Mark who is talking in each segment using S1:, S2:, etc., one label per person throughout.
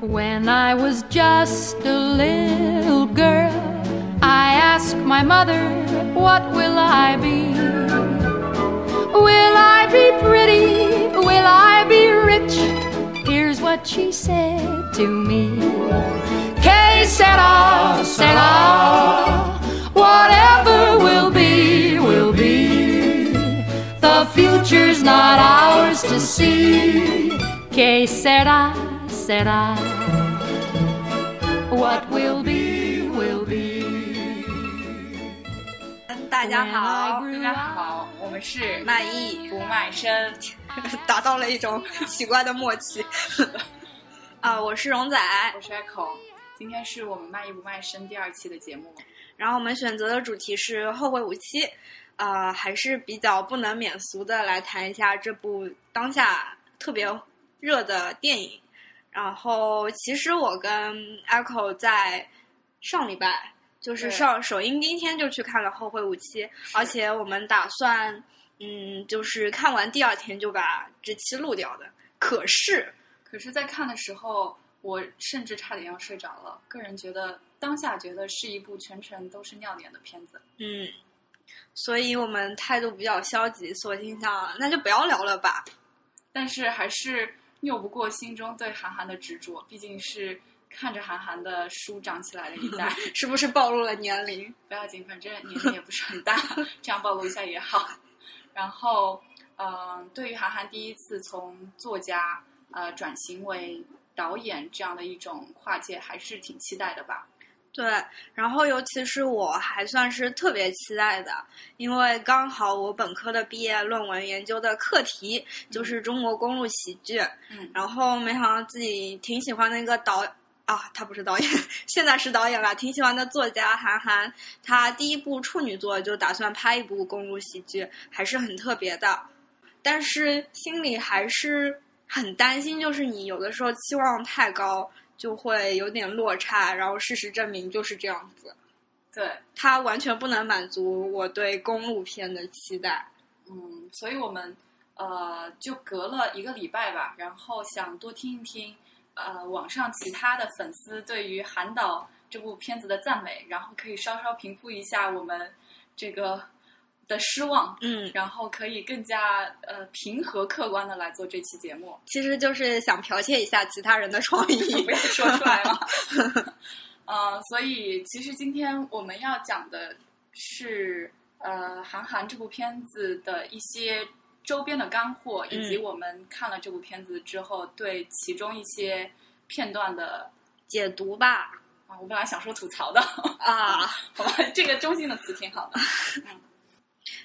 S1: When I was just a little girl, I asked my mother, What will I be? Will I be pretty? Will I be rich? Here's what she said to me Que sera, sera. Whatever will be, will be. The future's not ours to see. Que sera, sera. What will be, will be.
S2: 大家好，
S1: When I grew
S3: 大家好，我们是
S2: 卖 艺
S3: 不卖身，
S2: 达到了一种奇怪的默契。 啊，我是荣仔，
S3: 我是 Echo。今天是我们卖艺不卖身第二期的节目，
S2: 然后我们选择的主题是《后会无期》，呃，还是比较不能免俗的来谈一下这部当下特别热的电影。然后，其实我跟 Echo 在上礼拜，就是
S3: 对
S2: 上首映第一天就去看了《后会无期》，而且我们打算，嗯，就是看完第二天就把这期录掉的。可是，
S3: 可是，在看的时候，我甚至差点要睡着了。个人觉得，当下觉得是一部全程都是尿点的片子。
S2: 嗯，所以我们态度比较消极，索性想那就不要聊了吧。
S3: 但是还是拗不过心中对韩寒的执着，毕竟是看着韩寒的书长起来的一代。
S2: 是不是暴露了年龄？
S3: 不要紧，反正年龄也不是很大， 这样暴露一下也好。然后，嗯、对于韩寒第一次从作家呃转型为导演这样的一种跨界，还是挺期待的吧。
S2: 对，然后尤其是我还算是特别期待的，因为刚好我本科的毕业论文研究的课题就是中国公路喜剧，
S3: 嗯，
S2: 然后没想到自己挺喜欢那个导啊，他不是导演， 现在是导演吧，挺喜欢的作家韩寒，他第一部处女作就打算拍一部公路喜剧，还是很特别的，但是心里还是很担心，就是你有的时候期望太高。就会有点落差，然后事实证明就是这样子，
S3: 对，
S2: 它完全不能满足我对公路片的期待。
S3: 嗯，所以我们呃就隔了一个礼拜吧，然后想多听一听呃网上其他的粉丝对于韩导这部片子的赞美，然后可以稍稍平复一下我们这个的失望。
S2: 嗯，。
S3: 然后可以更加呃平和客观的来做这期节目
S2: 其实就是想剽窃一下其他人的创意。
S3: 不要说出来了，呃，所以其实今天我们要讲的是呃《韩寒》这部片子的一些周边的干货，以及我们看了这部片子之后对其中一些片段的
S2: 解读吧，
S3: 啊，我本来想说吐槽的，
S2: 啊，
S3: 好吧，这个中性的词挺好的。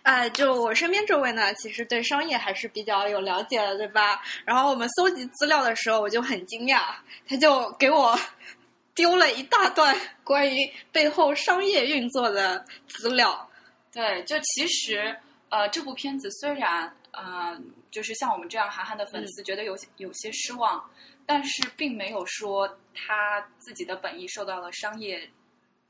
S2: 哎，就我身边这位呢，其实对商业还是比较有了解的，对吧？然后我们搜集资料的时候，我就很惊讶，他就给我 丢了一大段关于背后商业运作的资料。
S3: 对，就其实呃，这部片子虽然呃，就是像我们这样韩寒的粉
S2: 嗯
S3: 丝觉得有些、有些失望，但是并没有说他自己的本意受到了商业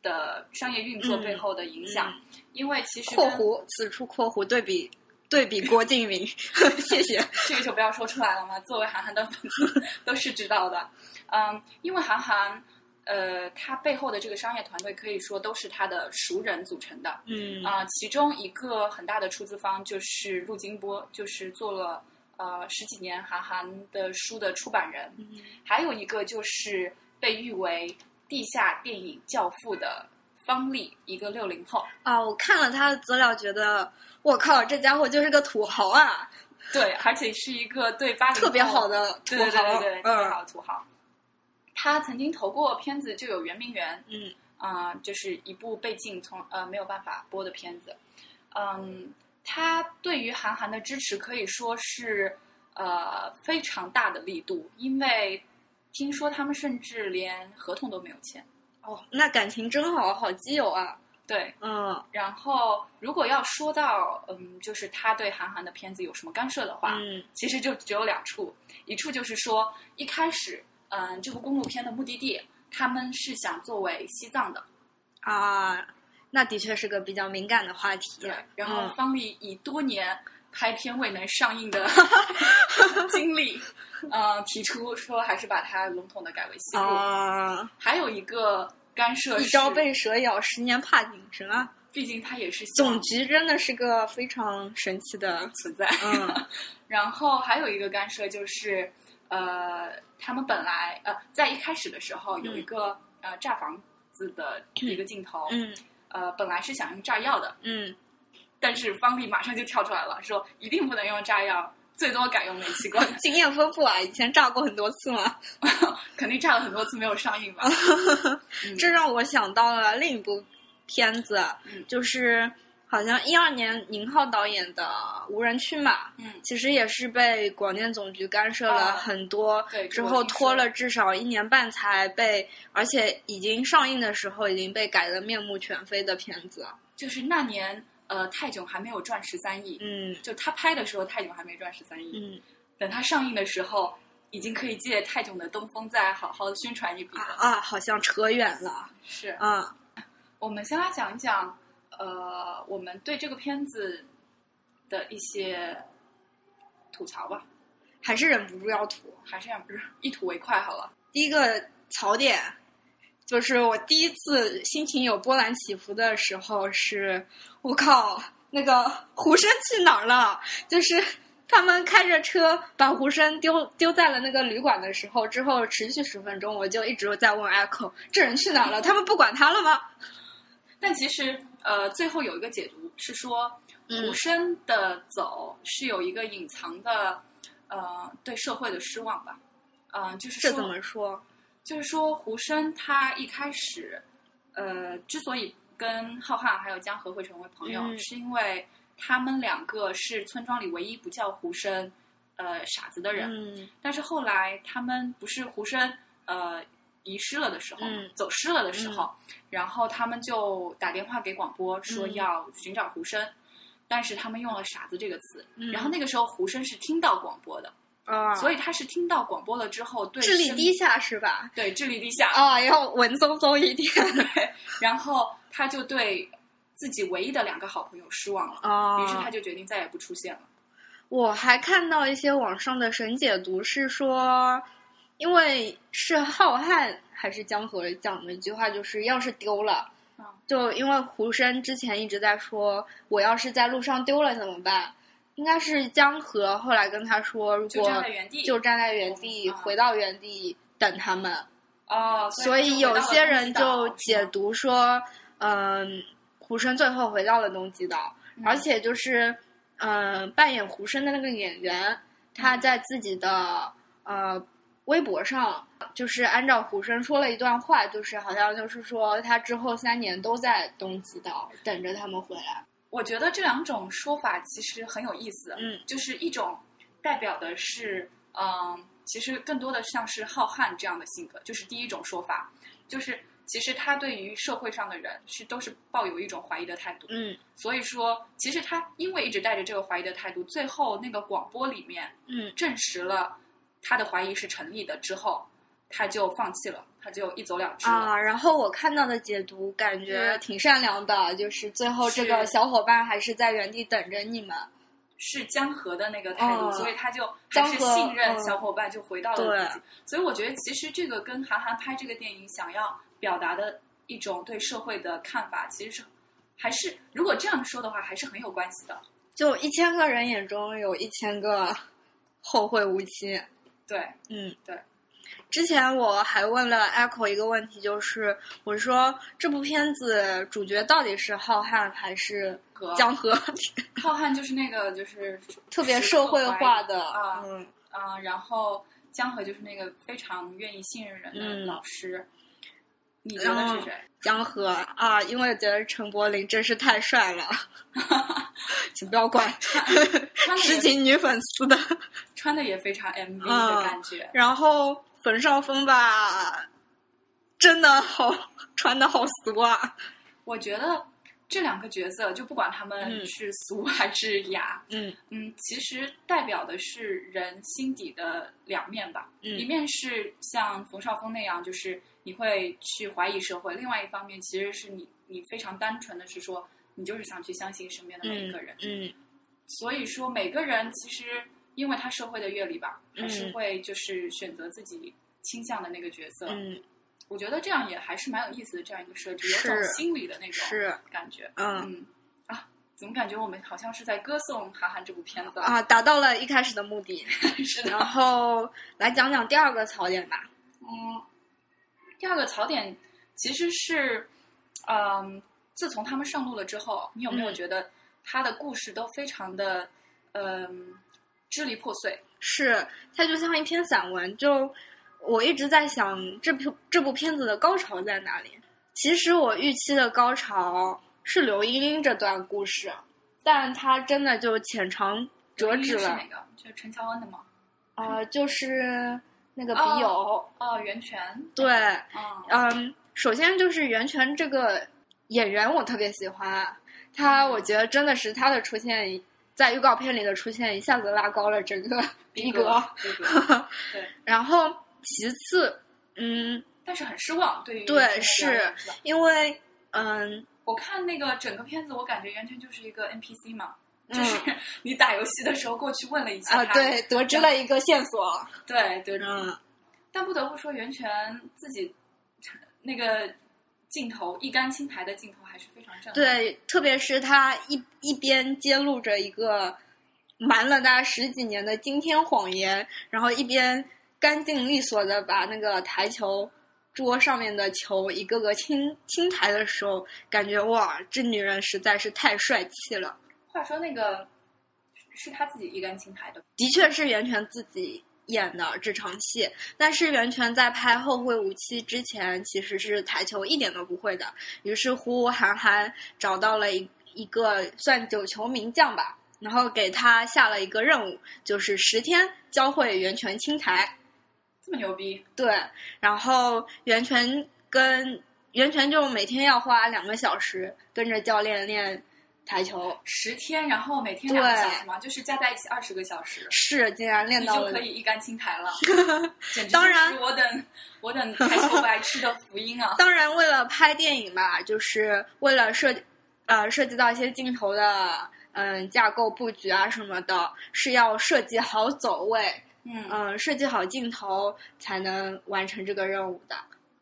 S3: 的商业运作
S2: 嗯
S3: 背后的影响，因为其实
S2: 括
S3: 跟
S2: 弧，此处括弧对比对比郭敬明， 谢谢。
S3: 这个就不要说出来了嘛。作为韩寒的粉丝都是知道的，嗯，因为韩寒。呃，他背后的这个商业团队可以说都是他的熟人组成的，
S2: 嗯
S3: 啊、其中一个很大的出资方就是陆金波，就是做了呃十几年韩寒的书的出版人，还有一个就是被誉为地下电影教父的方丽，一个六零后。
S2: 啊，我看了他的资料，觉得我靠，这家伙就是个土豪啊，
S3: 对，而且是一个对八零
S2: 特别好的土
S3: 对
S2: 豪
S3: 对，对对对，特别好
S2: 嗯
S3: 的土豪。他曾经投过片子，就有《圆明园》，
S2: 嗯
S3: 啊、就是一部被禁从呃没有办法播的片子。嗯，他对于韩寒的支持可以说是呃非常大的力度，因为听说他们甚至连合同都没有签。
S2: 哦，那感情真好，好基友啊，
S3: 对，
S2: 嗯
S3: 然后如果要说到嗯，就是他对韩寒的片子有什么干涉的话，
S2: 嗯
S3: 其实就只有两处，一处就是说一开始嗯、这部公路片的目的地他们是想作为西藏的。
S2: 啊，那的确是个比较敏感的话题
S3: 对，，然后
S2: 嗯
S3: 方丽以多年拍片未能上 映的经历，呃，提出说还是把它笼统的改为西部。
S2: 啊，
S3: 还有一个干涉
S2: 一
S3: 是
S2: 朝被蛇咬，十年怕井绳啊！
S3: 毕竟它也是西
S2: 总
S3: 部
S2: 局真的是个非常神奇的，
S3: 存在。
S2: 嗯
S3: 然后还有一个干涉就是，呃，他们本来呃在一开始的时候有一个、呃炸房子的一个镜头，
S2: 嗯嗯
S3: 呃，本来是想用炸药的，
S2: 嗯，
S3: 但是方丽马上就跳出来了，说一定不能用炸药，最多改用煤气罐。
S2: 经验丰富啊，以前炸过很多次嘛。
S3: 肯定炸了很多次没有 上映吧？嗯
S2: 这让我想到了另一部片子，
S3: 嗯
S2: 就是好像一二年宁浩导演的《无人区》嘛，
S3: 嗯，
S2: 其实也是被广电总局干涉了
S3: 啊
S2: 很多，
S3: 对
S2: 之
S3: 我
S2: 后
S3: 听
S2: 拖
S3: 说
S2: 了至少一年半才被，而且已经上映的时候已经被改得面目全非的片子，
S3: 就是那年呃泰囧还没有赚十三亿，
S2: 嗯
S3: 就他拍的时候泰囧还没赚十三亿，
S2: 嗯
S3: 等他上映的时候已经可以借泰囧的东风再好好宣传一笔
S2: 啊
S3: 了。
S2: 啊，好像扯远了，
S3: 是，
S2: 啊
S3: 我们先来讲一讲，呃，我们对这个片子的一些吐槽吧，
S2: 还是忍不住要吐。
S3: 还是要一吐为快好了。
S2: 第一个槽点就是我第一次心情有波澜起伏的时候是，我靠，那个胡生去哪儿了？就是他们开着车把胡生丢丢在了那个旅馆的时候，之后持续十分钟，我就一直在问 Echo 这人去哪儿了？他们不管他了吗？
S3: 但其实，呃，最后有一个解读是说，
S2: 嗯
S3: 胡生的走是有一个隐藏的，呃，对社会的失望吧。嗯、就是
S2: 这
S3: 说，
S2: 怎么说？
S3: 就是说，胡生他一开始，呃，之所以跟浩瀚还有江河会成为朋友，
S2: 嗯
S3: 是因为他们两个是村庄里唯一不叫胡生，呃，傻子的人。
S2: 嗯
S3: 但是啊后来他们不是胡生，呃，遗失了的时候，
S2: 嗯
S3: 走失了的时候，然后他们就打电话给广播说
S2: 嗯
S3: 要寻找胡生，但是他们用了“傻子”这个词。
S2: 嗯
S3: 然后那个时候胡生是听到广播的，
S2: 啊，
S3: 所以他是听到广播了之后对
S2: 智力
S3: 身
S2: 低下是吧？
S3: 对智力低下
S2: 啊，要文绉绉一点
S3: 然后他就对自己唯一的两个好朋友失望了，
S2: 啊
S3: 于是他就决定再也不出现了。
S2: 我还看到一些网上的神解读是说，因为是浩瀚还是江河讲的一句话，就是要是丢了
S3: 嗯，
S2: 就因为胡生之前一直在说，我要是在路上丢了怎么办？应该是江河后来跟他说，如
S3: 就站
S2: 果
S3: 在原地，
S2: 就站在原地，
S3: 嗯
S2: 回到原地等他们。
S3: 哦，
S2: 所
S3: 他
S2: 以
S3: 就回
S2: 有
S3: 到了
S2: 些
S3: 东
S2: 人
S3: 西岛
S2: 就解
S3: 是吗
S2: 读说，嗯，胡生最后回到了东极岛，
S3: 嗯
S2: 而且就是，嗯，扮演胡生的那个演员，他在自己的呃微博上，就是按照胡生说了一段话，就是好像就是说他之后三年都在东极岛等着他们回来。
S3: 我觉得这两种说法其实很有意思，
S2: 嗯
S3: 就是一种代表的是，嗯，其实更多的像是浩瀚这样的性格，就是第一种说法，就是其实他对于社会上的人是都是抱有一种怀疑的态度，
S2: 嗯
S3: 所以说其实他因为一直带着这个怀疑的态度，最后那个广播里面
S2: 嗯
S3: 证实了他的怀疑是成立的之后，他就放弃了，他就一走了之了。
S2: 啊，然后我看到的解读感觉
S3: 嗯
S2: 挺善良的，就是最后这个
S3: 是
S2: 小伙伴还是在原地等着你们。
S3: 是江河的那个态度，
S2: 嗯
S3: 所以他就
S2: 江
S3: 还
S2: 河
S3: 是信任
S2: 嗯
S3: 小伙伴，就回到了自己。所以我觉得其实这个跟韩寒拍这个电影想要表达的一种对社会的看法，其实是还是如果这样说的话，还是很有关系的。
S2: 就一千个人眼中有一千个后会无期。
S3: 对，
S2: 嗯，
S3: 对。
S2: 之前我还问了 Echo 一个问题，就是我说这部片子主角到底是浩瀚还是
S3: 和
S2: 江河？
S3: 浩瀚就是那个就是
S2: 特别社会化的，
S3: 啊
S2: 嗯，
S3: 啊、然后江河就是那个非常愿意信任人
S2: 嗯
S3: 的老师。你觉得是谁？
S2: 江河啊，因为我觉得陈柏霖真是太帅了， 请不要怪
S3: 穿的
S2: 痴
S3: 也
S2: 情女粉丝的。
S3: 穿的也非常 MV
S2: 嗯
S3: 的感觉。
S2: 然后冯绍峰吧，真的好穿的好俗啊，
S3: 我觉得这两个角色，就不管他
S2: 嗯
S3: 们是俗还是雅，
S2: 嗯
S3: 嗯，其实代表的是人心底的两面吧。一
S2: 嗯
S3: 面是像冯绍峰那样，就是你会去怀疑社会；，另外一方面，其实是你你非常单纯的是说，你就是想去相信身边的每一个人。
S2: 嗯。
S3: 所以说每个人其实因为他社会的阅历吧，还是
S2: 嗯
S3: 会就是选择自己倾向的那个角色。
S2: 嗯，
S3: 我觉得这样也还是蛮有意思的这样一个设置，有
S2: 是
S3: 种心理的那种
S2: 是，
S3: 感觉。
S2: 嗯
S3: 嗯啊，怎么感觉我们好像是在歌颂《韩寒》这部片子？
S2: 啊，达到了一开始的目的。
S3: 是的，
S2: 然后来讲讲第二个槽点吧。
S3: 嗯，第二个槽点其实是，嗯，自从他们上路了之后，你有没有
S2: 嗯
S3: 觉得他的故事都非常的，嗯，支离破碎？
S2: 是，它就像一篇散文。就我一直在想，这部这部片子的高潮在哪里？其实我预期的高潮是刘英英这段故事，但它真的就浅尝辄止
S3: 是
S2: 了
S3: 哪。个？就是陈乔恩的吗？
S2: 啊、就是那呃个笔
S3: 哦
S2: 友，
S3: 哦，袁泉。
S2: 对，
S3: 嗯，
S2: 嗯，首先就是袁泉这个演员，我特别喜欢他，我觉得真的是他的出现，在预告片里的出现一下子拉高了整个逼格。，
S3: 逼格，对。
S2: 然后其次，嗯，
S3: 但是很失望，对于
S2: 对
S3: 袁泉这样的人吧
S2: 因为嗯，
S3: 我看那个整个片子，我感觉袁泉就是一个 NPC 嘛，
S2: 嗯
S3: 就是你打游戏的时候过去问了一下
S2: 啊，
S3: 他，
S2: 对，得知了一个线索，
S3: 对对
S2: 嗯，
S3: 但不得不说，袁泉自己那个镜头一杆清台的镜头还是非常震撼。，
S2: 对，特别是他一一边揭露着一个瞒了大家十几年的惊天谎言，然后一边干净利索的把那个台球桌上面的球一个个清清台的时候，感觉哇，这女人实在是太帅气了。
S3: 话说那个是他自己一杆清台的，
S2: 的确是袁泉自己演的这场戏，但是袁泉在拍《后会无期》之前，其实是台球一点都不会的。于是乎，韩寒找到了一一个算九球名将吧，然后给他下了一个任务，就是十天教会袁泉清台。
S3: 这么牛逼，
S2: 对，然后袁泉跟袁泉就每天要花两个小时跟着教练练台球，
S3: 十天，然后每天两个
S2: 对
S3: 小时嘛，就是加在一起二十个小时。
S2: 是竟然练
S3: 你
S2: 到
S3: 就
S2: 了
S3: 可以一杆清台 了，简直
S2: 当
S3: 就是
S2: 然
S3: 我等我等台球白痴的福 音啊！
S2: 当然，为了拍电影吧，就是为了涉，呃，涉及到一些镜头的，嗯，架构布局啊什么的，是要设计好走位，
S3: 嗯
S2: 嗯，设计好镜头才能完成这个任务的。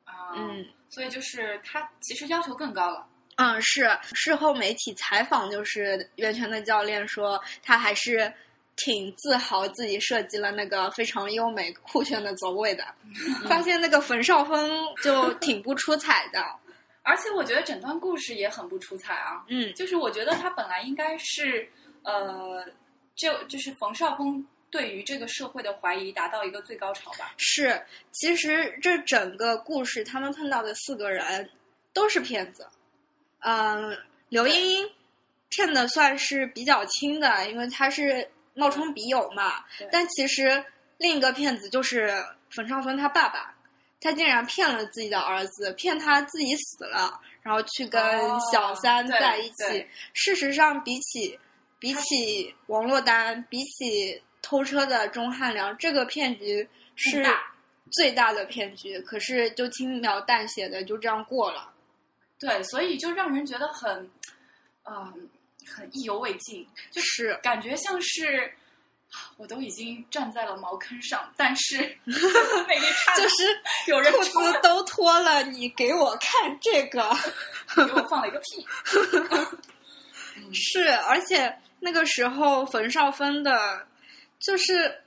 S3: 啊，
S2: 嗯
S3: 所以就是他其实要求更高了，
S2: 嗯，是事后媒体采访，就是袁泉的教练说，他还是挺自豪自己设计了那个非常优美酷炫的走位的，发现那个冯绍峰就挺不出彩的。
S3: 而且我觉得整段故事也很不出彩啊。
S2: 嗯，
S3: 就是我觉得他本来应该是呃，就就是冯绍峰对于这个社会的怀疑达到一个最高潮吧。
S2: 是，其实这整个故事，他们碰到的四个人都是骗子。嗯，刘
S3: 对
S2: 英英骗的算是比较轻的，因为她是冒充笔友嘛
S3: 对。
S2: 但其实另一个骗子就是冯绍峰他爸爸，他竟然骗了自己的儿子，骗他自己死了，然后去跟
S3: 哦
S2: 小三
S3: 对
S2: 在一起。
S3: 对
S2: 事实上，比起比起王珞丹，比起偷车的钟汉良，这个骗局是
S3: 更大
S2: 最大的骗局。可是就轻描淡写的就这样过了。
S3: 对，所以就让人觉得很，嗯、很意犹未尽，就是感觉像是。啊我都已经站在了茅坑上，但 是每一刹那
S2: 就是
S3: 有人
S2: 裤
S3: 冲
S2: 子都脱了，你给我看这个
S3: 给我放了一个屁，嗯
S2: 是，而且那个时候冯绍峰的，就是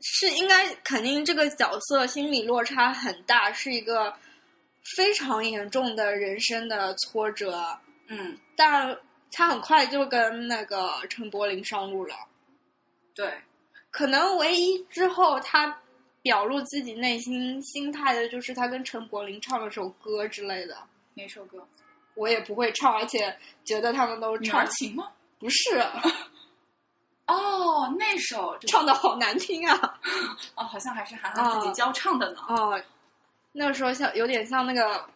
S2: 是应该肯定这个角色心理落差很大，是一个非常严重的人生的挫折。
S3: 嗯，
S2: 但他很快就跟那个陈柏霖上路了。
S3: 对，
S2: 可能唯一之后他表露自己内心心态的，就是他跟陈柏霖唱了首歌之类的。
S3: 哪首歌？
S2: 我也不会唱，而且觉得他们都
S3: 女儿
S2: 唱
S3: 情吗？
S2: 不是
S3: 哦，那首
S2: 唱的好难听 啊！
S3: 哦，好像还是韩寒自己
S2: 哦
S3: 教唱的呢。
S2: 哦，那时候像有点像那个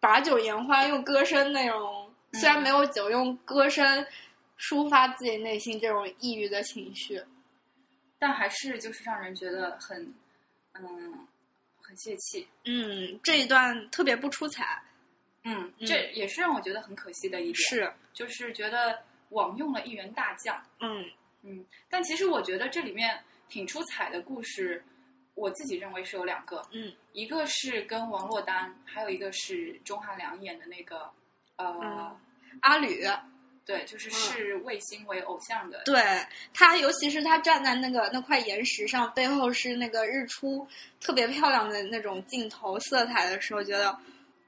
S2: 把酒言欢，用歌声那种，
S3: 嗯
S2: 虽然没有酒，用歌声抒发自己内心这种抑郁的情绪。
S3: 但还是就是让人觉得很，嗯，很泄气。
S2: 嗯，这一段特别不出彩，
S3: 嗯，
S2: 嗯
S3: 这也是让我觉得很可惜的一点，
S2: 是
S3: 就是觉得网用了一员大将。
S2: 嗯
S3: 嗯，但其实我觉得这里面挺出彩的故事，我自己认为是有两个，
S2: 嗯，
S3: 一个是跟王珞丹，还有一个是钟汉良演的那个，呃，
S2: 嗯阿吕，
S3: 对，就是视卫星为偶像的，
S2: 对他，尤其是他站在那个那块岩石上，背后是那个日出，特别漂亮的那种镜头色彩的时候，觉得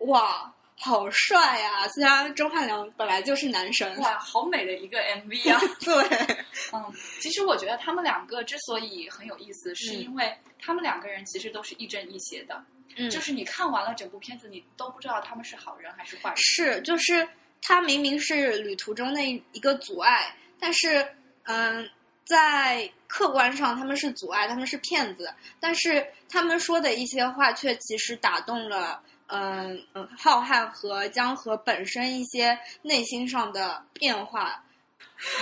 S2: 哇，好帅呀、虽然钟汉良本来就是男神，
S3: 哇，好美的一个 MV 啊！
S2: 对，
S3: 嗯，其实我觉得他们两个之所以很有意思，是因为他们两个人其实都是亦正亦邪的，
S2: 嗯
S3: 就是你看完了整部片子，你都不知道他们是好人还是坏人。
S2: 是，就是他明明是旅途中的一一个阻碍，但是嗯，在客观上他们是阻碍，他们是骗子，但是他们说的一些话却其实打动了。嗯嗯，浩瀚和江河本身一些内心上的变化，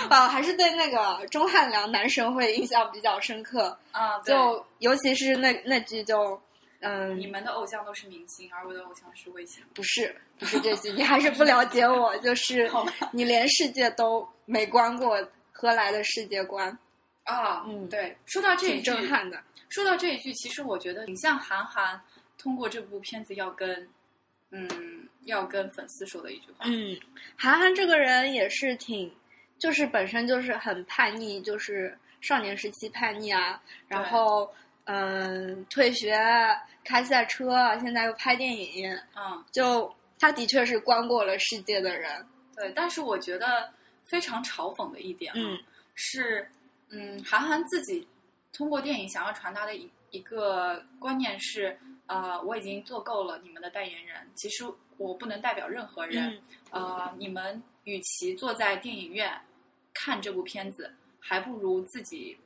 S2: 啊，还是对那个钟汉良男神会印象比较深刻。
S3: 啊，对
S2: 就尤其是那那句就，嗯，
S3: 你们的偶像都是明星，而我的偶像是卫星。
S2: 不是，不是这句，你还是不了解我，就是
S3: 好吧
S2: 你连世界都没观过，何来的世界观？
S3: 啊，
S2: 嗯
S3: 对，说到这一
S2: 挺
S3: 句，
S2: 震撼的。
S3: 说到这一句，其实我觉得挺像韩寒通过这部片子要跟，嗯，要跟粉丝说的一句话。
S2: 嗯，韩寒这个人也是挺，就是本身就是很叛逆，就是少年时期叛逆啊，然
S3: 对
S2: 后嗯，退学、开赛车，现在又拍电影，
S3: 嗯，
S2: 就他的确是观过了世界的人。
S3: 对。但是我觉得非常嘲讽的一点，啊
S2: 嗯，
S3: 是，嗯，韩寒自己通过电影想要传达的一一个观念是，呃，我已经做够了你们的代言人，其实我不能代表任何人。
S2: 嗯
S3: 呃，你们与其坐在电影院看这部片子，还不如自己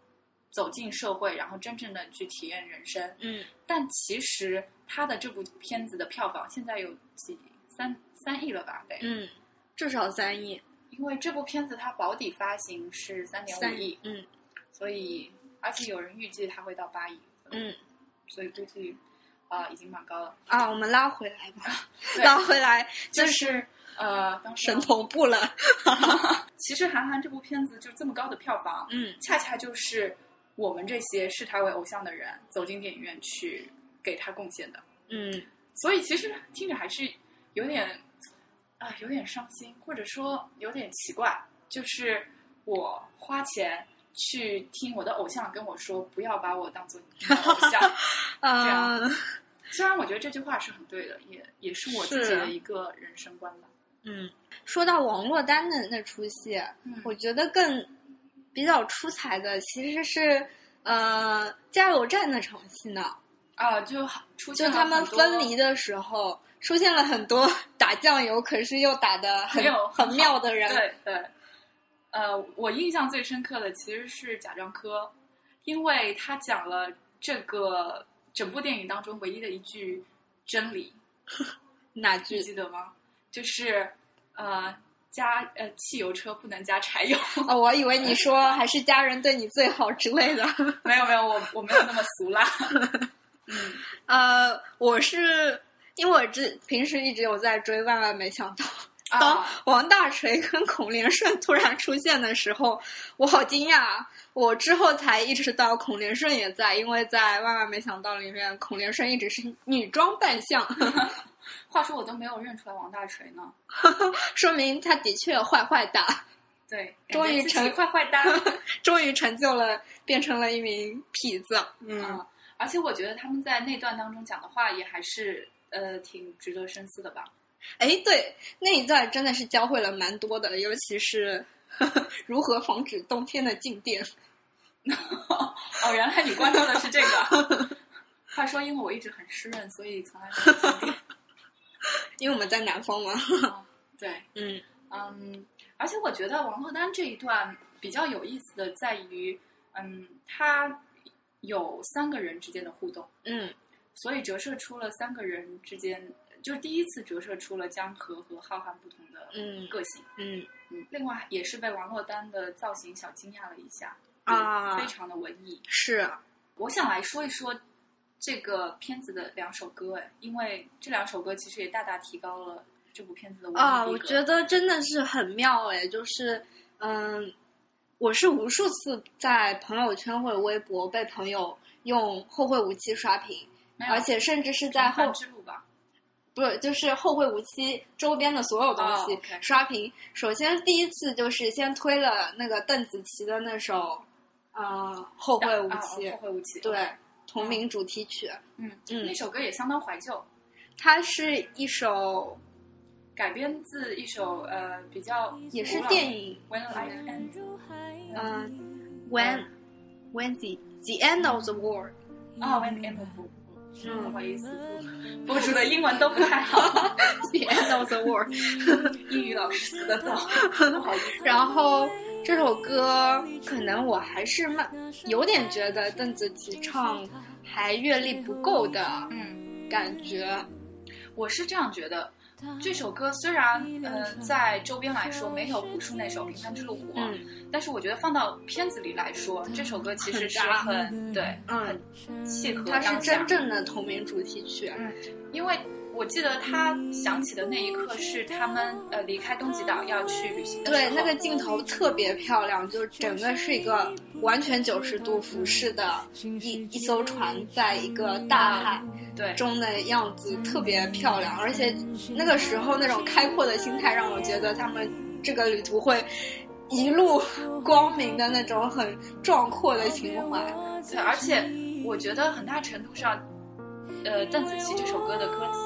S3: 走进社会，然后真正的去体验人生。
S2: 嗯
S3: 但其实他的这部片子的票房现在有几三三亿了吧？得，
S2: 嗯，至少三亿，
S3: 因为这部片子它保底发行是三点
S2: 三
S3: 五亿，
S2: 嗯
S3: 所以而且有人预计它会到八亿，
S2: 嗯。
S3: 所以估计啊、呃已经蛮高了。
S2: 啊，我们拉回来吧，
S3: 对
S2: 拉回来就
S3: 就是是呃，当时
S2: 神同步了。
S3: 其实韩寒这部片子就这么高的票房，
S2: 嗯
S3: 恰恰就是我们这些视他为偶像的人走进电影院去给他贡献的。
S2: 嗯
S3: 所以其实听着还是有点啊、有点伤心，或者说有点奇怪。就是我花钱去听我的偶像跟我说，不要把我当做你的偶 像。样
S2: 嗯
S3: 虽然我觉得这句话是很对的，也也是我自己
S2: 是
S3: 的一个人生观吧。
S2: 嗯， 说到王珞丹的那出戏，
S3: 嗯
S2: 我觉得更比较出彩的其实是呃加油站那场戏呢，
S3: 啊，就出现
S2: 就
S3: 了
S2: 他们
S3: 很多
S2: 分离的时候。出现了很多 打酱油，可是又打的很
S3: 没有
S2: 很妙的人。
S3: 对对，呃，我印象最深刻的其实是贾樟柯，因为他讲了这个整部电影当中唯一的一句真 理，
S2: 哪
S3: 你
S2: 句？
S3: 记得吗？就是呃，加呃汽油车不能加柴油。
S2: 哦，我以为你说还是家人对你最好之类的。
S3: 没有没有，我我没有那么俗啦。嗯，
S2: 呃，我是因为我之平时一直有在追，万万没想到，当
S3: 啊，
S2: 王大锤跟孔连顺突然出现的时候，我好惊讶。啊我之后才意识到孔连顺也在，因为在万万没想到里面，孔连顺一直是女装扮相，
S3: 话说我都没有认出来王大锤呢。
S2: 说明他的确坏坏的，
S3: 对，
S2: 终于
S3: 感觉自己
S2: 成
S3: 坏坏哒。
S2: 终于成就了变成了一名痞子。嗯
S3: 嗯，而且我觉得他们在那段当中讲的话也还是呃挺值得深思的吧。
S2: 哎，对，那一段真的是教会了蛮多的，尤其是 如何防止冬天的静电。
S3: 哦，原来你关注的是这 个。话说，因为我一直很湿润，所以从来没有 经历。
S2: 因为我们在南方嘛。
S3: 对，
S2: 嗯
S3: 嗯，而且我觉得王珞丹这一段比较有意思的在于，嗯，她有三个人之间的互动，
S2: 嗯
S3: 所以折射出了三个人之间，就是第一次折射出了江河和浩瀚不同的
S2: 嗯
S3: 个性。
S2: 嗯
S3: 嗯，另外也是被王珞丹的造型小惊讶了一下，
S2: 啊
S3: 非常的文艺。
S2: 是，
S3: 我想来说一说这个片子的两首歌，哎，因为这两首歌其嗯实也大大提高了这部片子的文艺
S2: 啊，
S3: 逼
S2: 我
S3: 格
S2: 觉得真的是很妙哎，就是嗯，我是无数次在朋友圈或者微博被朋友用《后会无期》刷屏，
S3: 没有
S2: 而且甚至是在
S3: 重返
S2: 后
S3: 之路吧，
S2: 不是，就是后会无期周边的所有东西、
S3: 哦，OK
S2: 刷屏。首先第一次就是先推了那个邓紫棋的那首，呃，后
S3: 后
S2: 会无期，
S3: 啊后会无期，
S2: 对，同名主题曲。
S3: 嗯
S2: 嗯
S3: 那首歌也相当怀旧，
S2: 它是一首
S3: 改编自一首呃比较
S2: 也是
S3: 古老的
S2: 电影
S3: When Life Ends，
S2: 《When When the the End of the World
S3: 啊，When the End of the World，
S2: 嗯
S3: 不好意思，博主的英文都不太好，》
S2: ，The End of the World。
S3: 英语老师死的早，不好意思。
S2: 然后这首歌可能我还是慢，有点觉得邓紫棋唱还阅历不够的
S3: 嗯，
S2: 感觉。
S3: 我是这样觉得。这首歌虽然，呃，在周边来说没有朴树那首《平凡之路》火，
S2: 嗯
S3: 但是我觉得放到片子里来说，这首歌其实是
S2: 很搭
S3: 很对，
S2: 嗯，
S3: 很契合
S2: 它
S3: 当下。嗯
S2: 是真正的同名主题曲。
S3: 因为我记得他想起的那一刻是他们呃离开东极岛要去旅行的时
S2: 对，
S3: 候，
S2: 那个镜头特别漂亮，就是整个是一个完全九十度俯视的一一艘船在一个大海
S3: 对
S2: 中的样子，特别漂亮。而且那个时候那种开阔的心态，让我觉得他们这个旅途会一路 光明的那种很壮阔的情怀。
S3: 对，而且我觉得很大程度上，呃，邓紫棋这首歌的歌词，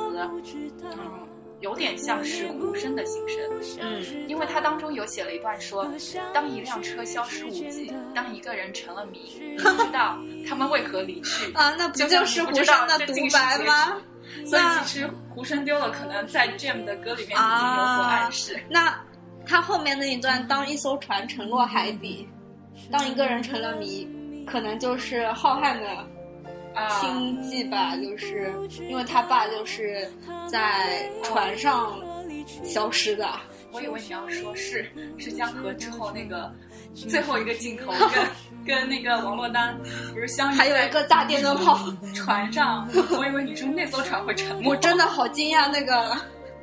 S3: 嗯，有点像是无声的心声，
S2: 嗯
S3: 因为它当中有写了一段说，当一辆车消失无迹，当一个人成了谜，你不 知道他们为何离去，
S2: 啊， 那不就是胡生的独白吗？
S3: 所以其实胡生丢了，可能在 Jam 的歌里面已经有所暗示。
S2: 那他后面那一段，当一艘船沉落海底，当一个人成了谜，可能就是浩瀚的
S3: 啊
S2: 星际吧，就是因为他爸就是在船上消失的。
S3: 我以为你要说是是江河之后那个最后一个镜头 跟跟那个王珞丹不是相遇
S2: 还有
S3: 在
S2: 一个大电灯泡，
S3: 船上，我以为你说那艘船会沉没，
S2: 我真的好惊讶，那个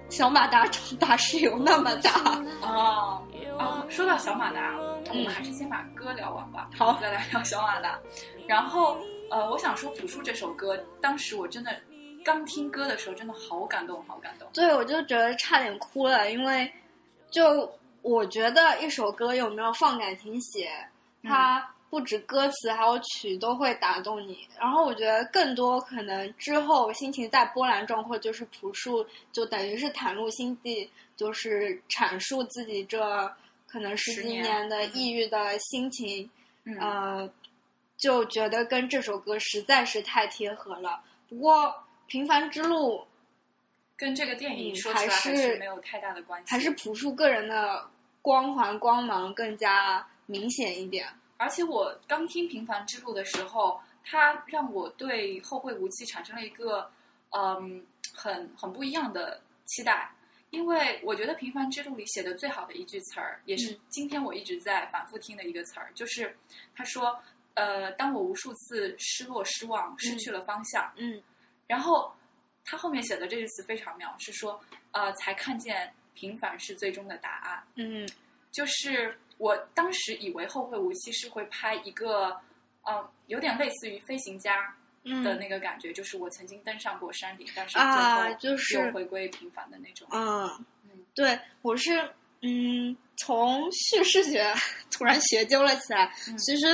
S2: 小马达长达是有那么大。
S3: 哦哦，说到小马达，我
S2: 嗯
S3: 们还是先把歌聊完吧，
S2: 好
S3: 再来聊小马达。然后呃，我想说朴树这首歌，当时我真的刚听歌的时候，真的好感动，好感动。
S2: 对，我就觉得差点哭了，因为就我觉得一首歌有没有放感情写，它不止歌词还有曲都会打动你。然后我觉得更多可能之后心情在波澜壮阔，就是朴树就等于是袒露心迹，就是阐述自己这可能十
S3: 十
S2: 几
S3: 年
S2: 年的抑郁的心情。
S3: 嗯，
S2: 呃，就觉得跟这首歌实在是太贴合了。不过《平凡之路》
S3: 跟这个电影
S2: 嗯
S3: 说起来
S2: 还
S3: 还
S2: 是
S3: 是没有太大的关系，
S2: 还是朴树个人的光环光芒更加明显一点。
S3: 而且我刚听《平凡之路》的时候，它让我对《后会无期》产生了一个嗯很很不一样的期待，因为我觉得《平凡之路》里写的最好的一句词儿，也是今天我一直在反复听的一个词儿，就是他说：“呃，当我无数次失落、失望、失去了方向，
S2: 嗯
S3: 然后他后面写的这句词非常妙，是说呃才看见平凡是最终的答案。”
S2: 嗯
S3: 就是我当时以为《后会无期》是会拍一个，呃，有点类似于《飞行家》的
S2: 嗯
S3: 那个感觉，就是我曾经登上过山顶，但是
S2: 啊就
S3: 最后
S2: 是
S3: 又回归平凡的那种。
S2: 嗯
S3: 嗯，
S2: 对，我是嗯从叙事学 突然学究了起来。
S3: 嗯
S2: 其实，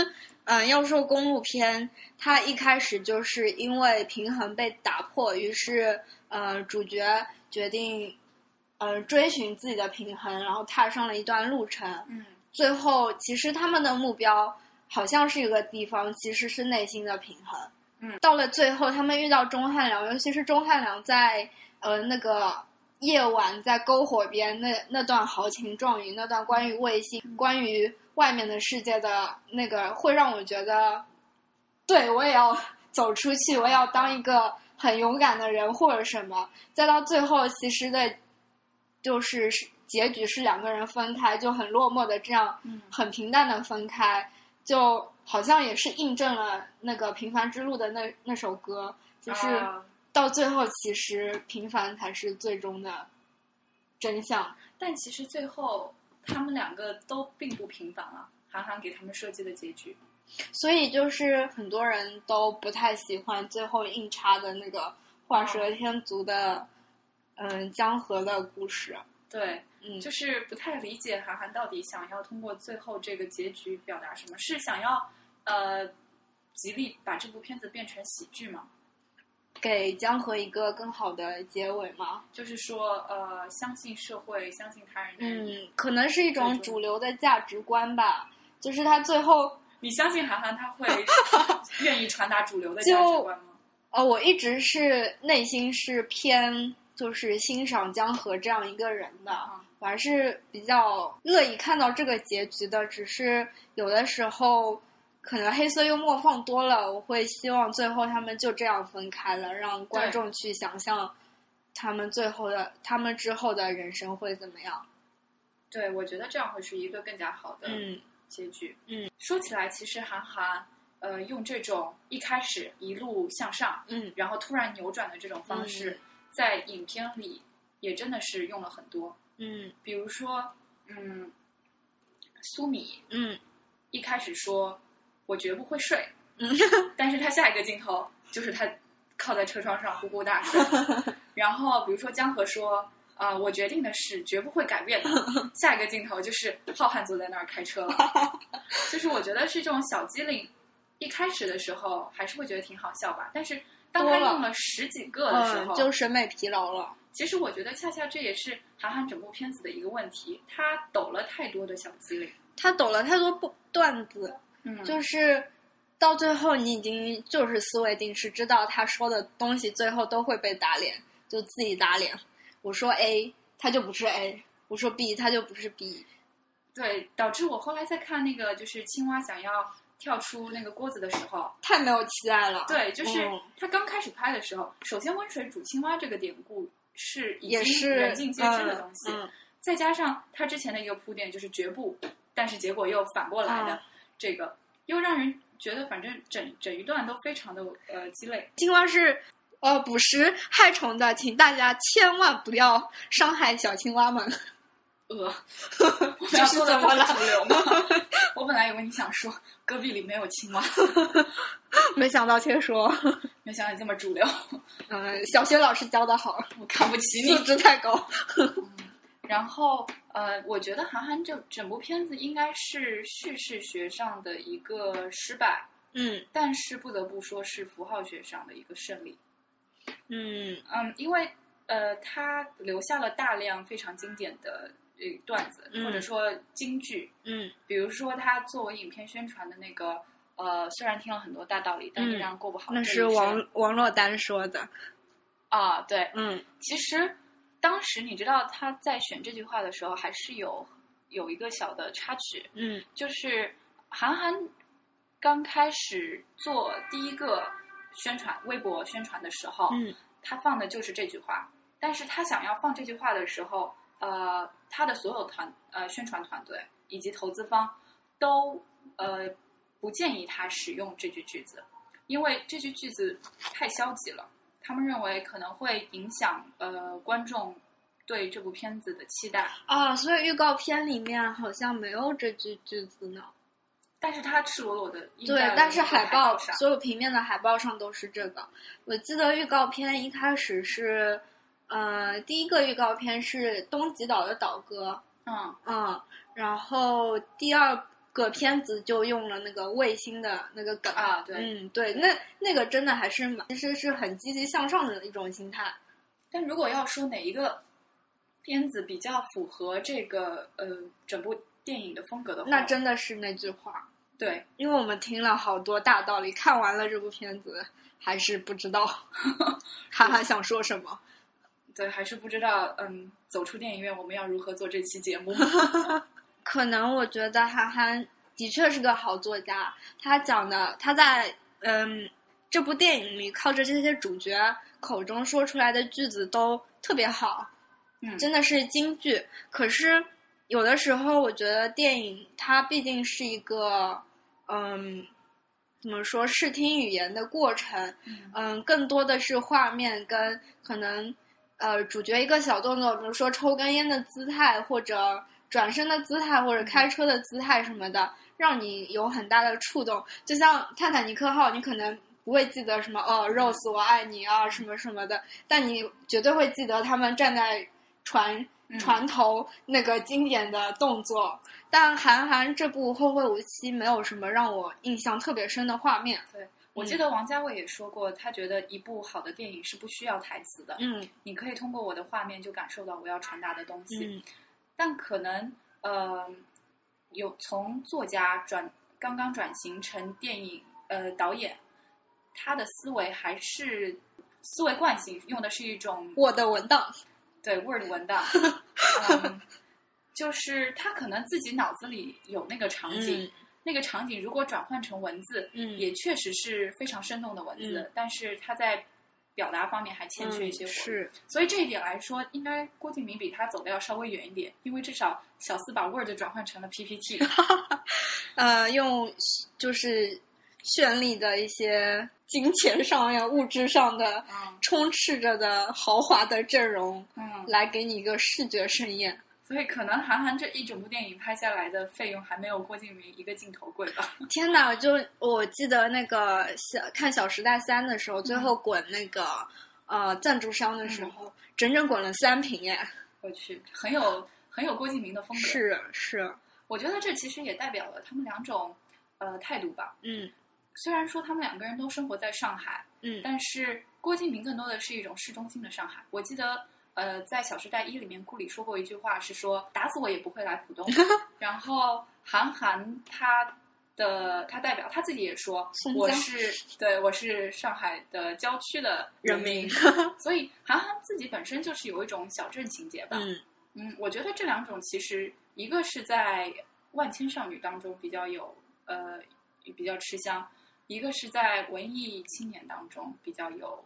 S2: 嗯、要说公路片，它一开始就是因为平衡被打破，于是呃主角决定。呃，追寻自己的平衡，然后踏上了一段路程。
S3: 嗯
S2: 最后，其实他们的目标好像是一个地方，其实是内心的平衡。
S3: 嗯，
S2: 到了最后，他们遇到钟汉良，尤其是钟汉良在呃那个夜晚在篝火边那那段豪情壮语，那段关于卫星、关于外面的世界的那个，会让我觉得，对我也要 走出去，我要当一个很勇敢的人或者什么。再到最后，其实的，就是是结局是两个人分开，就很落寞的这样
S3: 嗯，
S2: 很平淡的分开，就好像也是印证了那个《平凡之路》的那那首歌，就是
S3: 啊
S2: 到最后，其实平凡才是最终的真相。
S3: 但其实最后他们两个都并不平凡啊。韩寒给他们设计的结局，
S2: 所以就是很多人都不太喜欢最后硬插的那个画蛇添足的，嗯，江河的故事。
S3: 对，
S2: 嗯，
S3: 就是不太理解韩寒到底想要通过最后这个结局表达什么？是想要呃极力把这部片子变成喜剧吗？
S2: 给江河一个更好的结尾吗？
S3: 就是说呃相信社会，相信他人。
S2: 嗯，可能是一种主流的价值观吧。就是他最后，
S3: 你相信韩寒他 会愿意传达主流的
S2: 就
S3: 价值观吗？
S2: 呃，我一直是内心是偏就是欣赏江河这样一个人的。
S3: 啊，
S2: 我还是比较乐意看到这个结局的，只是有的时候可能黑色幽默放多了，我会希望最后他们就这样分开了，让观众去想象他们最后的、他们之后的人生会怎么样。
S3: 对，我觉得这样会是一个更加好的
S2: 嗯
S3: 结局。
S2: 嗯
S3: 说起来，其实韩寒呃用这种一开始一路向上，
S2: 嗯
S3: 然后突然扭转的这种方式，
S2: 嗯
S3: 在影片里也真的是用了很多。
S2: 嗯
S3: 比如说，嗯，苏米
S2: 嗯
S3: 一开始说“我绝不会睡”，
S2: 嗯
S3: 但是他下一个镜头就是他靠在车窗上呼呼大 睡。然后比如说江河说。啊、我决定的是绝不会改 变的。下一个镜头就是浩瀚坐在那儿开车 了，就是我觉得是这种小机灵，一开始的时候还是会觉得挺好笑吧，但是当他
S2: 多了
S3: 用了十几个的时
S2: 嗯，
S3: 候，
S2: 就审美疲劳了。
S3: 其实我觉得，恰恰这也是韩寒整部片子的一个问题，他抖了太多的小机灵。
S2: 他抖了太多不段子，
S3: 嗯就
S2: 就是到最后你已经就是思维定式，知道他说的东西最后都会被打脸，就自己打脸。我说 A，他就不是 A；我说 B，他就不是 B。
S3: 对，导致我后来在看那个就是青蛙想要跳出那个锅子的时候，
S2: 太没有期待了。，
S3: 对，就是
S2: 嗯
S3: 他刚开始拍的时候，首先温水煮青蛙这个典故是已
S2: 也
S3: 经
S2: 是
S3: 人尽皆知的东西，
S2: 嗯嗯
S3: 再加上他之前的一个铺垫就是绝不，但是结果又反过来的，
S2: 嗯
S3: 这个又让人觉得反正整整一段都非常的呃鸡肋。
S2: 青蛙是呃捕食害虫的，请大家千万不要伤害小青蛙们。
S3: 呃，我
S2: 这
S3: 要
S2: 是
S3: 做的
S2: 怎么了
S3: 主流吗？我本来以为你想说戈壁里没有青蛙，
S2: 没想到却说，
S3: 没想到你这么主流，
S2: 嗯，小学老师教的好，
S3: 我看不起
S2: 素
S3: 你。
S2: 质太高。
S3: 然后呃，我觉得韩寒这整部片子应该是叙事学上的一个失败，
S2: 嗯
S3: 但是不得不说是符号学上的一个胜利。
S2: 嗯
S3: 嗯，因为呃，他留下了大量非常经典的呃段子，
S2: 嗯
S3: 或者说金句，
S2: 嗯
S3: 比如说他作为影片宣传的那个，呃，虽然听了很多大道理，但依
S2: 嗯
S3: 然过不好这
S2: 那
S3: 一
S2: 是
S3: 生。
S2: 王王珞丹说的。
S3: 啊，对，
S2: 嗯
S3: 其实当时你知道他在选这句话的时候，还是有有一个小的插曲，
S2: 嗯
S3: 就是韩寒刚开始做第一个宣传微博宣传的时候，
S2: 嗯
S3: 他放的就是这句话，但是他想要放这句话的时候，呃，他的所有团呃宣传团队以及投资方都呃不建议他使用这句句子，因为这句句子太消极了，他们认为可能会影响呃观众对这部片子的期待。
S2: 啊，所以预告片里面好像没有这句句子呢。
S3: 但是他赤裸裸的
S2: 对，但是海报
S3: 报上，
S2: 所有平面的海报上都是这个。我记得预告片一开始是，呃，第一个预告片是东极岛的岛歌，
S3: 嗯，
S2: 嗯，然后第二个片子就用了那个卫星的那个梗
S3: 啊对
S2: 嗯，对，那那个真的还是蛮，其实是很积极向上的一种心态。
S3: 但如果要说哪一个片子比较符合这个呃整部电影的风格的话，
S2: 那真的是那句话，
S3: 对，
S2: 因为我们听了好多大道理，看完了这部片子还是不知道 韩寒想说什么。
S3: 对，还是不知道，嗯，走出电影院我们要如何做这期节目？
S2: 可能我觉得韩寒的确是个好作家，他讲的他在嗯这部电影里靠着这些主角口中说出来的句子都特别好，
S3: 嗯
S2: 真的是金句。可是有的时候，我觉得电影它毕竟是一个嗯。怎么说？视听语言的过程，
S3: 嗯
S2: 嗯，更多的是画面跟可能呃主角一个小动作，比如说抽根烟的姿态，或者转身的姿态或者开车的姿态什么的，让你有很大的触动。就像《泰坦尼克号》，你可能不会记得什么哦，Rose 我爱你啊什么什么的，但你绝对会记得他们站在船
S3: 嗯
S2: 船头那个经典的动作。但韩寒这部《后会无期》没有什么让我印象特别深的画面。
S3: 我记得王家卫也说过，他觉得一部好的电影是不需要台词的，
S2: 嗯
S3: 你可以通过我的画面就感受到我要传达的东西。
S2: 嗯
S3: 但可能呃，有从作家转刚刚转型成电影呃导演，他的思维还是思维惯性用的是一种
S2: 我的文档，
S3: 对 Word 文档，嗯，就是他可能自己脑子里有那个场景，那个场景如果转换成文字，
S2: 嗯
S3: 也确实是非常生动的文字，
S2: 嗯
S3: 但是他在表达方面还欠缺一些
S2: 嗯
S3: 火候。
S2: 是，
S3: 所以这一点来说，应该郭敬明比他走的要稍微远一点，因为至少小四把 Word 转换成了 PPT。
S2: 呃，用就是绚丽的一些金钱上面、物质上的
S3: 嗯
S2: 充斥着的豪华的阵容，
S3: 嗯，
S2: 来给你一个视觉盛宴。
S3: 所以可能韩寒这一整部电影拍下来的费用还没有郭敬明一个镜头贵吧？
S2: 天哪！就我记得那个小看《小时代三》的时候，
S3: 嗯
S2: 最后滚那个、呃赞助商的时候，整整滚了三瓶耶！
S3: 我去，很有很有郭敬明的风格。
S2: 是是，
S3: 我觉得这其实也代表了他们两种呃态度吧。
S2: 嗯
S3: 虽然说他们两个人都生活在上海，
S2: 嗯
S3: 但是郭敬明更多的是一种市中心的上海。我记得，呃，在《小时代一》里面，顾里说过一句话，是说“打死我也不会来浦东” 。 然后韩寒他的他代表他自己也说
S2: 松：“
S3: 我
S2: 江
S3: 是对我是上海的郊区的
S2: 人
S3: 民
S2: 民。”
S3: 所以韩寒自己本身就是有一种小镇情节吧。
S2: 嗯
S3: 嗯，我觉得这两种其实一个是在万千少女当中比较有呃比较吃香，一个是在文艺青年当中比较有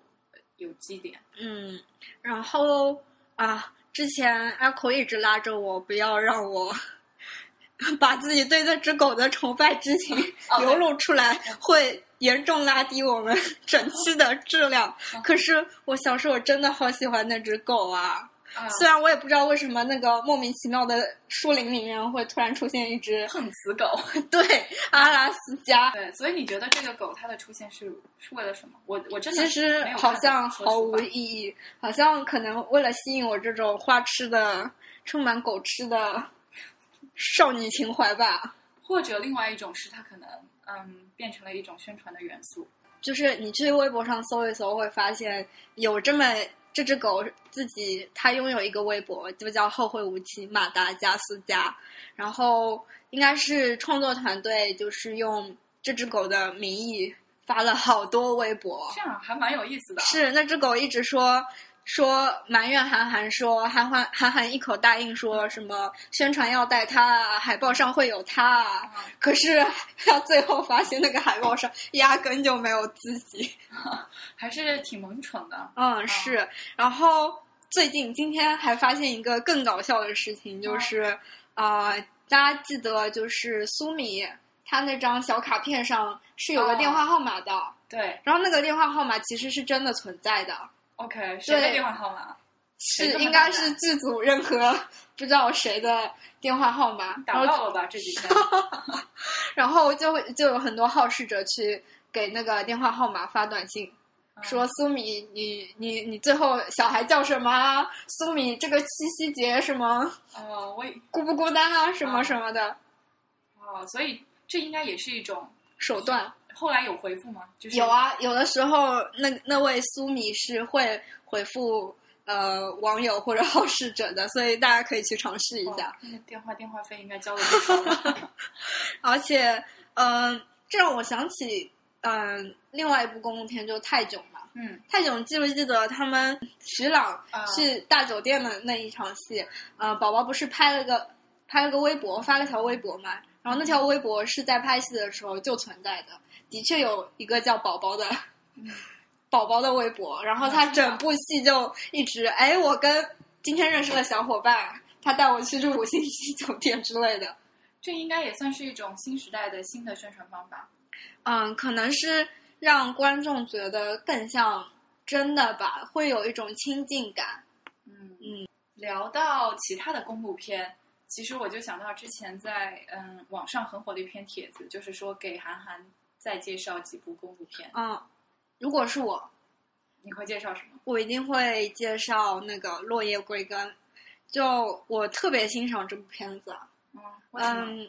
S3: 有基点。
S2: 嗯，然后啊，之前 Echo 一直拉着我不要让我把自己对那只狗的崇拜之情
S3: 哦
S2: 流露出来，会严重拉低我们 整期的质量
S3: 嗯。
S2: 可是我小时候真的好喜欢那只狗啊！
S3: 啊，
S2: 虽然我也不知道为什么那个莫名其妙的树林里面会突然出现一只
S3: 碰瓷狗。
S2: 对阿拉斯加，
S3: 对，所以你觉得这个狗它的出现是是为了什么？我我真的
S2: 其实
S3: 没有
S2: 好
S3: 看
S2: 像
S3: 说
S2: 毫
S3: 实
S2: 无
S3: 话
S2: 意义，好像可能为了吸引我这种花痴的、充满狗吃的少女情怀吧。
S3: 或者另外一种是它可能嗯变成了一种宣传的元素。
S2: 就是你去微博上搜一搜，会发现有这么这只狗自己，它拥有一个微博，就叫“后会无期马达加斯加”，然后应该是创作团队就是用这只狗的名义发了好多微博，
S3: 这样还蛮有意思的啊。
S2: 哦是那只狗一直说说埋怨韩寒说，韩寒韩寒一口答应说什么宣传要带他啊，海报上会有他啊。
S3: 啊
S2: 可是他最后发现那个海报上压根就没有自己。
S3: 还是挺萌宠的。
S2: 嗯，是。然后最近今天还发现一个更搞笑的事情，就是啊、呃大家记得就是苏米他那张小卡片上是有个
S3: 哦
S2: 电话号码的，
S3: 对
S2: 然后那个电话号码其实是真的存在的。
S3: ，OK，谁的
S2: 对
S3: 电话号码？谁
S2: 是
S3: 这么
S2: 应
S3: 大
S2: 该是剧组任何 不知道谁的电话号码，然
S3: 打
S2: 后
S3: 爆了吧这几天。
S2: 然后就会就有很多好事者去给那个电话号码发短信，
S3: 嗯
S2: 说苏米，你你你最后小孩叫什么啊？苏米这个七夕节什么
S3: 哦，我也
S2: 孤不孤单啊？什么
S3: 嗯
S2: 什么的
S3: 哦，所以这应该也是一种。
S2: 手段。
S3: 后来有回复吗？就是哦
S2: 有，啊，有的时候那那位苏米是会回复呃网友或者好事者的，所以大家可以去尝试一
S3: 哦
S2: 下。
S3: 那个电话电话费应该交了不少 了。
S2: 而且，嗯、这让我想起，嗯、另外一部公路片就是《泰囧》嘛。
S3: 嗯，
S2: 泰囧记不记得他们徐朗
S3: 啊
S2: 去大酒店的那一场戏？呃，宝宝不是拍了个拍了个微博，发了条微博嘛？然后那条微博是在拍戏的时候就存在的，的确有一个叫宝宝的
S3: 嗯。
S2: 宝宝的微博，然后他整部戏就一直哎，我跟今天认识的小伙伴，他带我去住五星级酒店之类的，
S3: 这应该也算是一种新时代的新的宣传方法。
S2: 嗯，可能是让观众觉得更像真的吧，会有一种亲近感。
S3: 嗯嗯，聊到其他的公路片，其实我就想到之前在嗯网上很火的一篇帖子，就是说给韩寒再介绍几部公路片，
S2: 嗯，如果是我，
S3: 你会介绍什么？
S2: 我一定会介绍那个《落叶归根》，就我特别欣赏这部片子。
S3: 嗯，为什么？
S2: 嗯，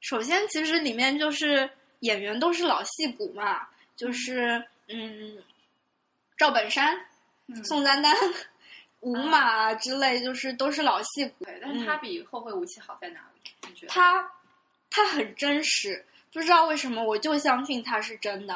S2: 首先其实里面就是演员都是老戏骨嘛，就是嗯，赵本山、
S3: 嗯
S2: 宋丹丹、吴马啊之类，就是都是老戏骨。
S3: 对，但是他比《后会无期》好在哪里？你觉得？
S2: 他他很真实，不知道为什么我就相信他是真的。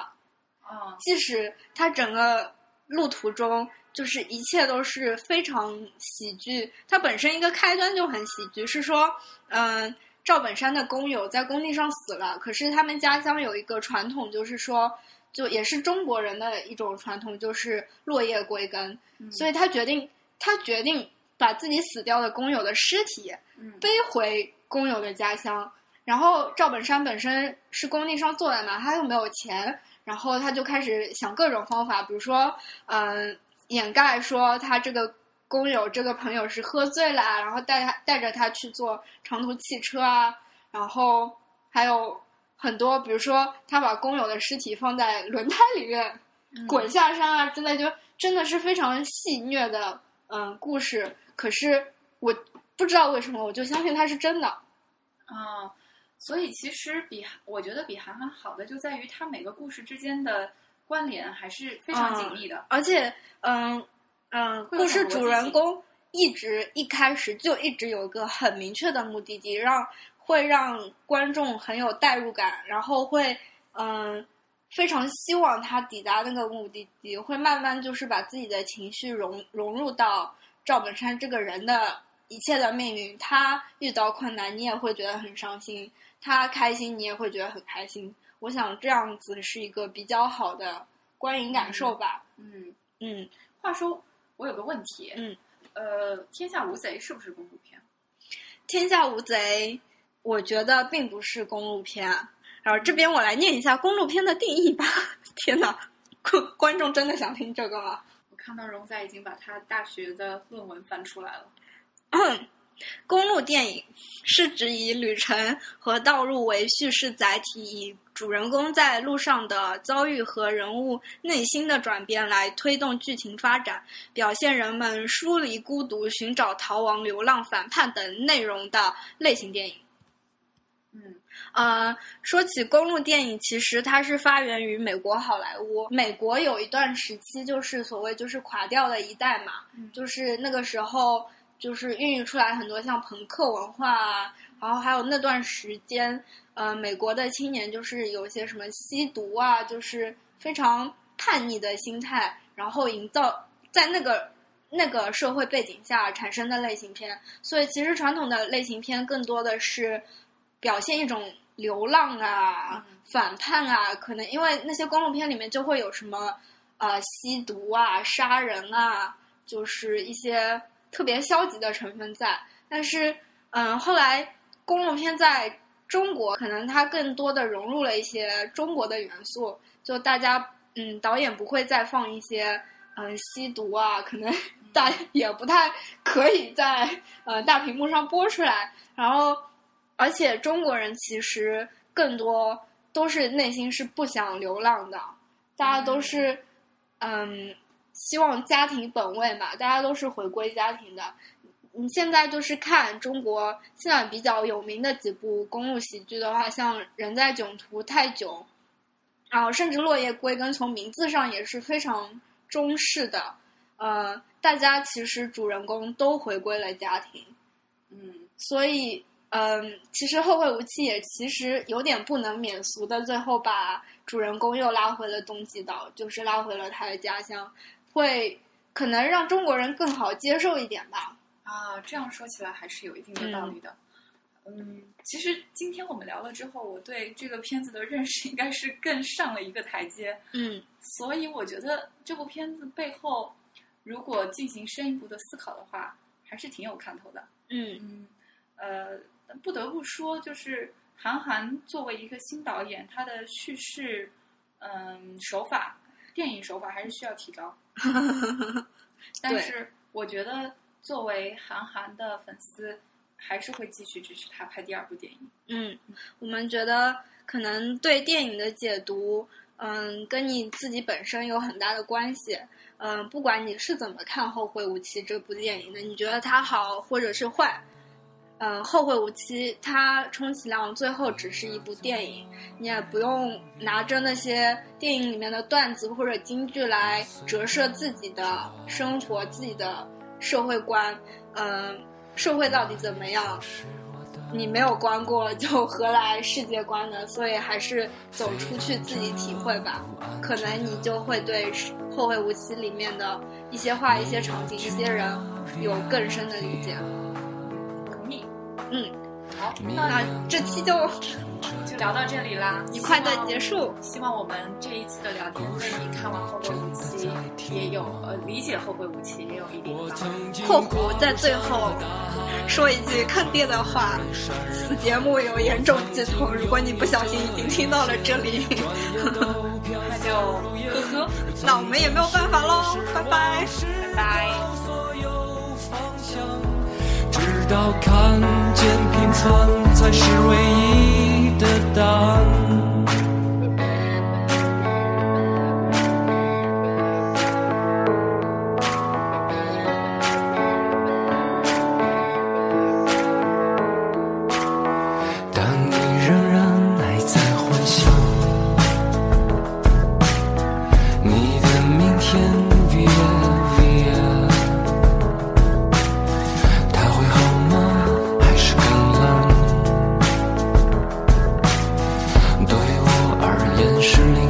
S3: 啊，
S2: 即使他整个路途中，就是一切都是非常喜剧。它本身一个开端就很喜剧，是说，嗯、赵本山的工友在工地上死了，可是他们家乡有一个传统，就是说，就也是中国人的一种传统，就是落叶归根。
S3: 嗯
S2: 所以他决定，他决定把自己死掉的工友的尸体
S3: 嗯
S2: 背回工友的家乡。然后赵本山本身是工地上做的嘛，他又没有钱，然后他就开始想各种方法，比如说，嗯、掩盖说他这个工友这个朋友是喝醉了啊，然后带他带着他去坐长途汽车啊，然后还有很多，比如说他把工友的尸体放在轮胎里面，
S3: 嗯
S2: 滚下山啊之类，就真的是非常戏谑的嗯故事。可是我不知道为什么，我就相信它是真的。
S3: 啊、所以其实比我觉得比韩寒好的就在于他每个故事之间的关联还是非常紧密的。
S2: 而且，嗯嗯，
S3: 会有
S2: 故
S3: 很
S2: 事
S3: 多
S2: 主人公一直一开始就一直有一个很明确的目的地，让会让观众很有代入感，然后会嗯非常希望他抵达那个目的地，会慢慢就是把自己的情绪融融入到赵本山这个人的一切的命运。他遇到困难，你也会觉得很伤心；他开心，你也会觉得很开心。我想这样子是一个比较好的观影感受吧。
S3: 嗯，
S2: 嗯，
S3: 话说我有个问题，
S2: 嗯，
S3: 呃，《天下无贼》是不是公路片？
S2: 天下无贼，我觉得并不是公路片。啊然后这边我来念一下公路片的定义吧。 天哪，观观众真的想听这个吗？
S3: 我看到荣仔已经把他大学的论文翻出来了。
S2: 公路电影是指以旅程和道路为叙事载体，以主人公在路上的遭遇和人物内心的转变来推动剧情发展，表现人们疏离孤独、寻找逃亡、流浪、反叛等内容的类型电影。
S3: 嗯
S2: 呃，说起公路电影，其实它是发源于美国好莱坞。美国有一段时期就是所谓就是垮掉的一代嘛，
S3: 嗯
S2: 就是那个时候就是孕育出来很多像朋克文化啊，然后还有那段时间，呃，美国的青年就是有一些什么吸毒啊，就是非常叛逆的心态，然后营造在那个那个社会背景下产生的类型片。所以其实传统的类型片更多的是表现一种流浪啊、
S3: 嗯
S2: 反叛啊，可能因为那些公路片里面就会有什么呃吸毒啊、杀人啊，就是一些特别消极的成分在。但是，嗯，后来公路片在中国可能它更多的融入了一些中国的元素，就大家嗯，导演不会再放一些嗯吸毒啊，可能 大也不太可以在呃大屏幕上播出来。然后，而且中国人其实更多都是内心是不想流浪的，大家都是嗯希望家庭本位嘛，大家都是回归家庭的。你现在就是看中国现在比较有名的几部公路喜剧的话，像《人在囧途》《泰囧》，然后甚至《落叶归根》，从名字上也是非常中式的。呃，大家其实主人公都回归了家庭，
S3: 嗯
S2: 所以，嗯，其实《后会无期》也其实有点不能免俗的，最后把主人公又拉回了东极岛，就是拉回了他的家乡，会可能让中国人更好接受一点吧。
S3: 啊，这样说起来还是有一定的道理的。嗯其实今天我们聊了之后，我对这个片子的认识应该是更上了一个台阶。
S2: 嗯
S3: 所以我觉得这部片子背后，如果进行深一步的思考的话，还是挺有看头的。
S2: 嗯
S3: 嗯，呃，不得不说，就是韩寒作为一个新导演，他的叙事，嗯，手法，电影手法还是需要提高。但是我觉得，作为韩寒的粉丝，还是会继续支持他拍第二部电影。
S2: 嗯，我们觉得可能对电影的解读，嗯，跟你自己本身有很大的关系。嗯，不管你是怎么看《后会无期》这部电影的，你觉得它好或者是坏，嗯，《后会无期》它充其量最后只是一部电影，你也不用拿着那些电影里面的段子或者金句来折射自己的生活、自己的社会观。嗯，社会到底怎么样？你没有观过，就何来世界观呢？所以还是走出去自己体会吧。可能你就会对《后会无期》里面的一些话、一些场景、一些人有更深的理解。
S3: 同意。
S2: 嗯，
S3: 好，那
S2: 那这期就
S3: 就聊到这里啦，
S2: 愉快的
S3: 束。
S2: 结束。
S3: 希望我们这一期的聊天对你看完《后会无期》也有呃理解《后会无期》也有一定的帮
S2: （
S3: 助。
S2: 括弧在最后说一句坑爹的话），此节目有严重剧透，如果你不小心已经听到了这里，
S3: 那就呵呵，
S2: 那我们也没有办法喽，拜拜。
S3: 拜拜。
S4: 所有方向，直到看见平凡才是唯一的答案。当你仍然还在幻想，你的明天 via via。他会好吗？还是更冷？对我而言是另